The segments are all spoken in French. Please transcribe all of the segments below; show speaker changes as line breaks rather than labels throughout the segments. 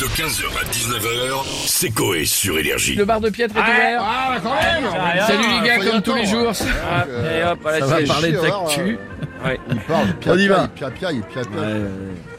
De 15h à 19h, c'est Coé sur Énergie.
Le bar de piètre est ouvert.
Ah, bah, quand même
Salut les gars,
faut y
comme tous les
attendre.
jours.
Et hop, voilà,
Ça va
c'est-
parler de
chier,
d'actu.
hein, euh, Il parle, pia,
On y va.
pia, pia, pia, pia, pia.
Ouais, ouais.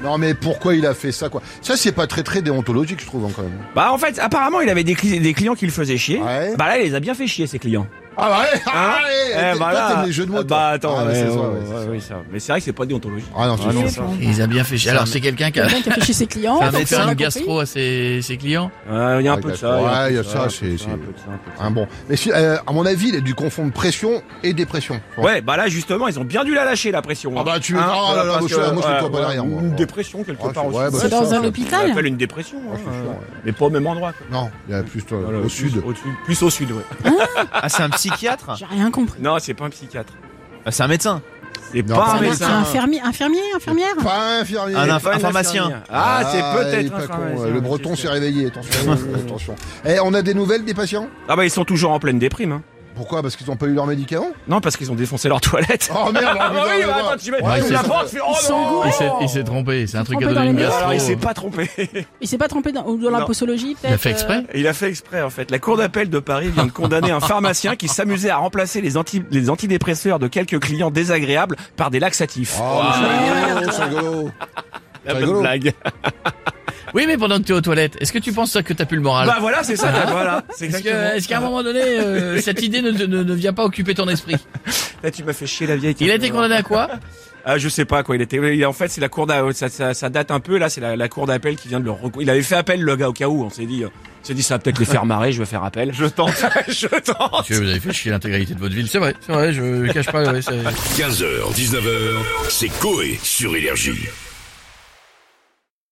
Non mais pourquoi il a fait ça quoi Ça c'est pas très très déontologique je trouve hein, quand même.
Bah en fait, apparemment, il avait des, cli- des clients qui le faisaient chier.
Ouais.
Bah là, il les a bien fait chier, ses clients.
Ah bah ouais, ah,
Hein
ouais,
Eh,
t'es-
voilà.
toi, t'aimes les jeux de mots.
Ah, Bah
toi.
attends,
Ah, bah,
ouais,
c'est
ouais,
ça, ouais,
ouais,
c'est
ouais,
ça.
oui, ça. Mais c'est vrai que c'est pas déontologique.
Ah non, c'est sûr.
Ils a bien fait chier. Alors, c'est quelqu'un qui a
Quelqu'un qui bah. a fait chez ses clients.
fait un
donc ça,
médecin
on
une
a
gastro euh, à ses, ses clients.
Ouais, il y a un
Ouais,
peu de ça.
Ah, d'accord.
un
Ouais,
peu
il y a
de
ça,
un peu
c'est-
de
c'est-
un peu de ça, un peu de ça.
Hein, bon. Mais si, euh, à mon avis, il a dû confondre pression et dépression. Bon.
Ouais, bah là justement, ils ont bien dû la lâcher la pression.
Ah
hein.
bah, tu-
Hein,
ah là là, moi,
parce
je- moi, je suis
voilà,
pas
voilà,
derrière, moi.
Une
Ouais.
dépression quelque
Ah,
part
c'est-
aussi.
ouais, bah,
C'est dans
ça,
un
ça.
On
hôpital.
l'appelle une dépression,
Ah,
hein,
c'est sûr,
euh,
ouais.
mais pas au même endroit. quoi.
Non, il y a plus toi,
Voilà,
au
plus-
sud.
au-dessus- plus au sud, ouais.
Ah, c'est un psychiatre
J'ai rien compris.
Non, c'est pas un psychiatre.
Ah, C'est un médecin
C'est
Non,
pas
pas
un
C'est un-
Ah, mais
c'est
ça-
médecin.
un infirmier, infirmier, infirmière.
Pas infirmier.
Un
C'est
inf-
pas
informaticien.
Ah,
il
c'est
est
peut-être hein,
pas
un
con, euh,
pharmacien,
Le breton
c'est-
s'est réveillé, attention. attention. Eh, on a des nouvelles des patients
Ah bah ils sont toujours en pleine déprime. hein.
Pourquoi Parce qu'ils ont pas eu leurs médicaments
Non, parce qu'ils ont défoncé leur toilette.
Oh merde
Ah bah oui, bah attends, tu mets
Ouais,
tu
c'est
la
ça.
portes, tu fais oh
Ils sont
non
gourés.
Il s'est- il s'est trompé. C'est un truc à
trompé dans
donner une
les
Alors,
murs.
gastro.
il s'est pas trompé.
Il s'est pas trompé dans, ou dans
Non.
la posologie, peut-être. euh,
Il a fait exprès
Il a fait exprès en fait. La cour d'appel de Paris vient de condamner un pharmacien qui s'amusait à remplacer les, anti- les antidépresseurs de quelques clients désagréables par des laxatifs.
Oh,
Ah,
Wow.
c'est rigolo, c'est rigolo.
La bonne
rigolo.
blague.
Oui, mais pendant que t'es aux toilettes, est-ce que tu penses toi que t'as plus le moral
Bah voilà, c'est ça. voilà. C'est
Est-ce que-
exactement.
est-ce qu'à un moment donné, euh, cette idée ne, ne, ne vient pas occuper ton esprit
Là, tu m'as fait chier la vieille.
Il a été condamné à quoi
Ah, je sais pas quoi. Il était. il- En fait, c'est la cour d'a- ça, ça, ça date un peu. Là, c'est la, la cour d'appel qui vient de le. recou- Il avait fait appel le gars au cas où. On s'est dit. euh, On s'est dit ça va peut-être les faire marrer. Je vais faire appel. Je tente. je tente.
Monsieur, vous avez fait chier l'intégralité de votre ville. C'est vrai, c'est vrai, je cache pas. ouais, c'est-
15h, 19h, c'est Coé sur Énergie.